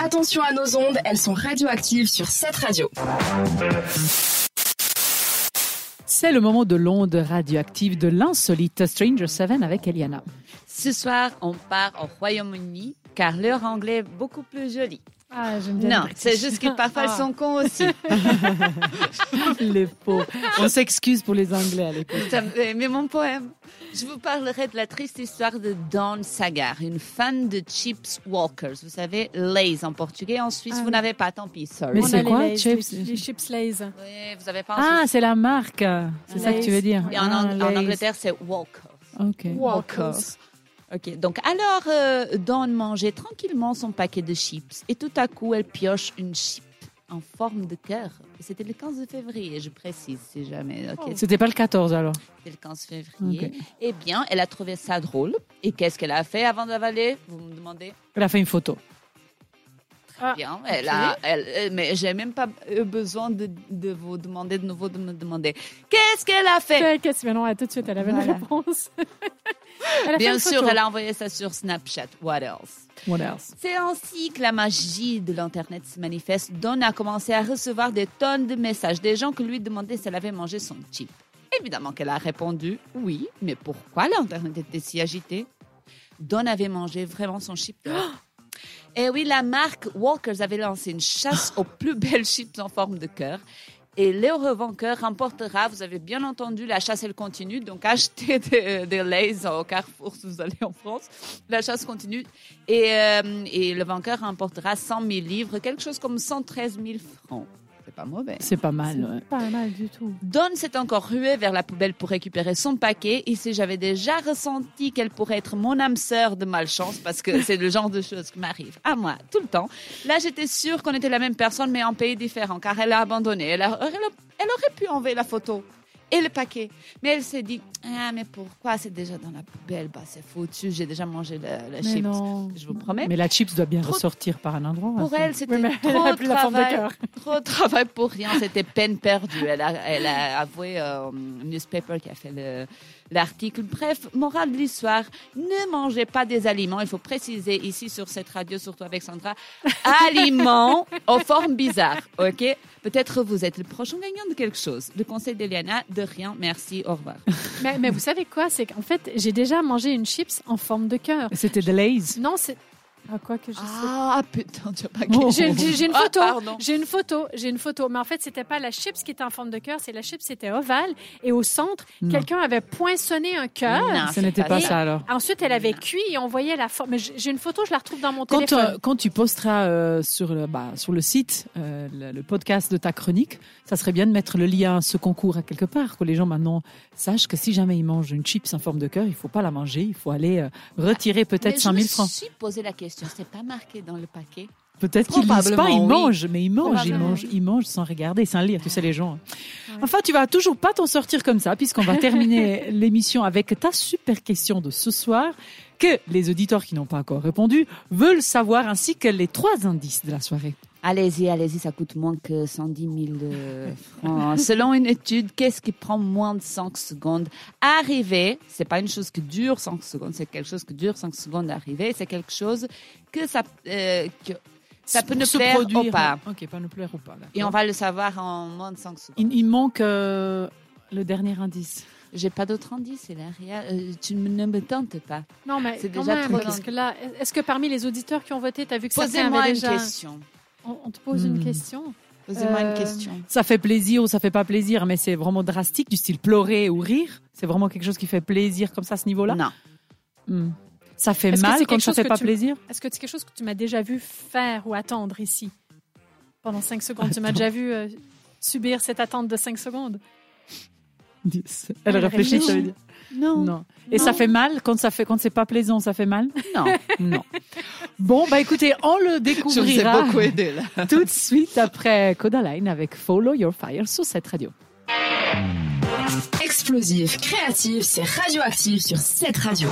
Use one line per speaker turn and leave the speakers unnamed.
Attention à nos ondes, elles sont radioactives sur cette radio.
C'est le moment de l'onde radioactive de l'insolite Stranger Seven avec Eliana.
Ce soir, on part au Royaume-Uni car leur anglais est beaucoup plus joli.
Ah, j'aime
Non, c'est juste que parfois ils
Ah.
sont cons aussi.
Les pauvres. On s'excuse pour les Anglais à l'époque.
Ça me fait- Mais mon poème, je vous parlerai de la triste histoire de Dawn Sagar, une fan de Chips Walkers. Vous savez, Lays en portugais, en Suisse,
Ah
vous
oui.
n'avez pas, tant pis, sorry.
Mais
On
c'est
a les
quoi,
Lays,
chips
Les, les chips Lays.
Oui, vous avez pas en
Ah,
Suisse.
c'est la marque. C'est ça que tu veux dire.
Et en,
Ah,
Ang- en
Lay's.
Angleterre, c'est Walkers.
Ok.
Walkers. Ok, donc alors, euh, Dawn mangeait tranquillement son paquet de chips et tout à coup, elle pioche une chip en forme de cœur. Et C'était le 15 de février, je précise, si jamais. Ok,
C'était pas le 14 alors.
c'était le 15 février.
Oh. Ok.
Eh bien, elle a trouvé ça drôle. Et qu'est-ce qu'elle a fait avant d'avaler Vous me demandez
Elle a fait une photo.
Bien, elle a, elle- euh, mais j'ai même pas eu besoin de, de vous demander de nouveau de me demander qu'est-ce qu'elle a fait.
Qu'est-ce que non, elle, tout de suite, elle avait
Eh. Voilà.
la réponse. Elle a fait
Bien
une
sûr,
photo.
elle a envoyé ça sur Snapchat. What else
What else?
C'est ainsi que la magie de l'Internet se manifeste. Don a commencé à recevoir des tonnes de messages des gens qui lui demandaient si elle avait mangé son chip. Évidemment qu'elle a répondu oui, mais pourquoi l'Internet était si agité Don avait mangé vraiment son chip. Et oui, la marque Walkers avait lancé une chasse aux plus belles chips en forme de cœur. Et le revanceur remportera, vous avez bien entendu, la chasse elle continue, donc achetez des, euh, des Lays au Carrefour si vous allez en France. La chasse continue et, euh, et le vainqueur remportera 100 000 livres, quelque chose comme 113 000 francs. C'est pas mauvais.
C'est pas mal. ouais.
C'est pas mal du tout.
Dawn s'est encore ruée vers la poubelle pour récupérer son paquet. Et si j'avais déjà ressenti qu'elle pourrait être mon âme sœur de malchance, parce que c'est le genre de choses qui m'arrive à moi tout le temps, là j'étais sûre qu'on était la même personne mais en pays différent, car elle a abandonné. Elle, a- elle a- elle aurait pu enlever la photo et le paquet. Mais elle s'est dit, ah mais pourquoi c'est déjà dans la poubelle Bah c'est foutu, j'ai déjà mangé la, la
Mais
chips.
non.
Je vous promets.
Mais la chips doit bien
Trop-
ressortir par un endroit. hein.
Pour
ça.
elle, c'était
Oui, mais elle
trop,
a
de
plus la forme de
travail,
cœur.
trop de travail pour rien. C'était peine perdue. Elle a, elle a avoué euh, au newspaper qui a fait le- l'article. Bref, morale de l'histoire, ne mangez pas des aliments. Il faut préciser ici sur cette radio, surtout avec Sandra, aliments aux formes bizarres. OK Peut-être vous êtes le prochain gagnant de quelque chose. Le conseil d'Eliana, de rien, merci, au revoir.
Mais, mais vous savez quoi C'est qu'en fait, j'ai déjà mangé une chips en forme de cœur.
C'était de Lays.
Non, c'est. Ah, quoi que je sais.
Ah, putain, tu as pas
Oh.
J'ai j'ai- j'ai une
Ah,
photo.
pardon.
j'ai une photo. J'ai une photo. Mais en fait, c'était pas la chips qui était en forme de cœur, c'est la chips qui était ovale. Et au centre,
Non.
quelqu'un avait poinçonné un cœur.
Non,
Ce
Ah, c'est
n'était pas
ça.
ça alors.
Ensuite, elle avait cuit et on voyait la forme. Mais J'ai j'ai une photo, je la retrouve dans mon
Quand,
téléphone.
euh, quand tu posteras euh, sur, le, bah, sur le site euh, le, le podcast de ta chronique, ça serait bien de mettre le lien à ce concours à quelque part, que les gens maintenant sachent que si jamais ils mangent une chips en forme de cœur, il faut pas la manger, il faut aller euh, retirer peut-être 5 000 francs.
Je me suis posé la question. C'est pas marqué dans le paquet.
Peut-être qu'ils ne lisent pas, ils
Probablement, oui.
mangent, mais ils mangent, ils
Probablement,
mangent,
oui.
ils mangent sans regarder, sans lire, tu sais les gens. hein.
Ouais.
Enfin, tu vas toujours pas t'en sortir comme ça, puisqu'on va terminer l'émission avec ta super question de ce soir, que les auditeurs qui n'ont pas encore répondu veulent savoir, ainsi que les trois indices de la soirée.
Allez-y, allez-y, ça coûte moins que 110 000 euh, francs. Selon une étude, qu'est-ce qui prend moins de 5 secondes à Arriver, c'est pas une chose qui dure 5 secondes, c'est quelque chose qui dure 5 secondes à arriver, c'est quelque chose que ça, euh, que- ça peut
Pour
ne
se
plaire ou
produire,
pas.
Ok, pas ne plaire ou pas. d'accord.
Et on va le savoir en moins de 5 secondes.
Il, il manque euh, le dernier indice.
J'ai pas d'autres indices, Hilaria. Euh, tu me- ne me tentes pas.
Non, mais
C'est
quand
déjà
même,
trop
parce
long.
que là, est-ce que parmi les auditeurs qui ont voté, tu as vu que certains
Posez-moi
avaient
une
déjà...
question.
On, on te pose
Hmm.
une question.
Posez-moi une
Euh,
question.
Ça fait plaisir ou ça fait pas plaisir, mais c'est vraiment drastique, du style pleurer ou rire. C'est vraiment quelque chose qui fait plaisir comme ça à ce niveau-là.
Non.
Hmm. Ça fait
Est-ce que
mal
c'est
quand
quelque
ça
chose
fait
que
pas
tu-
plaisir.
Est-ce que c'est quelque chose que tu m'as déjà vu faire ou attendre ici pendant cinq secondes Tu m'as déjà vu euh, subir cette attente de cinq secondes
Elle
Elle
réfléchit,
réfléchit.
ça veut dire. Non. Et ça
Non.
fait mal quand ça fait quand c'est pas plaisant, ça fait mal.
Non.
Non. bon bah écoutez, on le
Je vous ai
découvrira
beaucoup aidé, là.
tout de suite après Codaline avec Follow Your Fire sur cette radio.
Explosive, créative, c'est radioactive sur cette radio.